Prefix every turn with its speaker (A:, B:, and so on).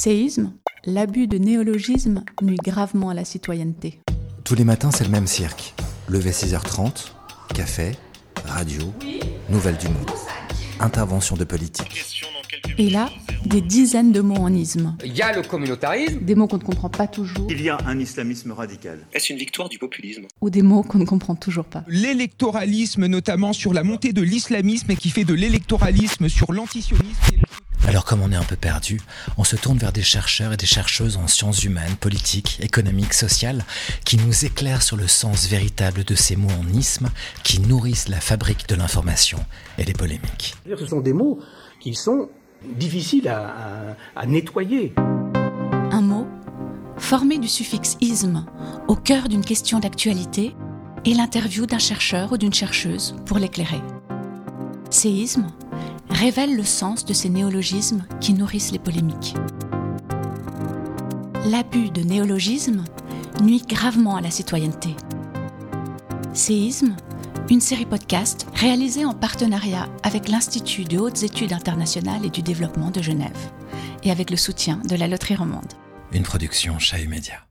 A: Séisme, l'abus de néologisme nuit gravement à la citoyenneté.
B: Tous les matins, c'est le même cirque. Levé 6h30, café, radio, nouvelles du monde, intervention de politique.
A: Et là, des dizaines de mots en isme.
C: Il y a le communautarisme.
A: Des mots qu'on ne comprend pas toujours.
D: Il y a un islamisme radical.
E: Est-ce une victoire du populisme
A: Ou des mots qu'on ne comprend toujours pas.
F: L'électoralisme, notamment sur la montée de l'islamisme et qui fait de l'électoralisme sur l'antisionisme.
B: Alors comme on est un peu perdu, on se tourne vers des chercheurs et des chercheuses en sciences humaines, politiques, économiques, sociales, qui nous éclairent sur le sens véritable de ces mots en isme qui nourrissent la fabrique de l'information et les polémiques.
G: Ce sont des mots qui sont difficiles à, à, à nettoyer.
A: Un mot, formé du suffixe isme, au cœur d'une question d'actualité, et l'interview d'un chercheur ou d'une chercheuse pour l'éclairer. Séisme, révèle le sens de ces néologismes qui nourrissent les polémiques. L'abus de néologisme nuit gravement à la citoyenneté. Séisme, une série podcast réalisée en partenariat avec l'Institut de hautes études internationales et du développement de Genève et avec le soutien de la Loterie Romande.
B: Une production Chahut Média.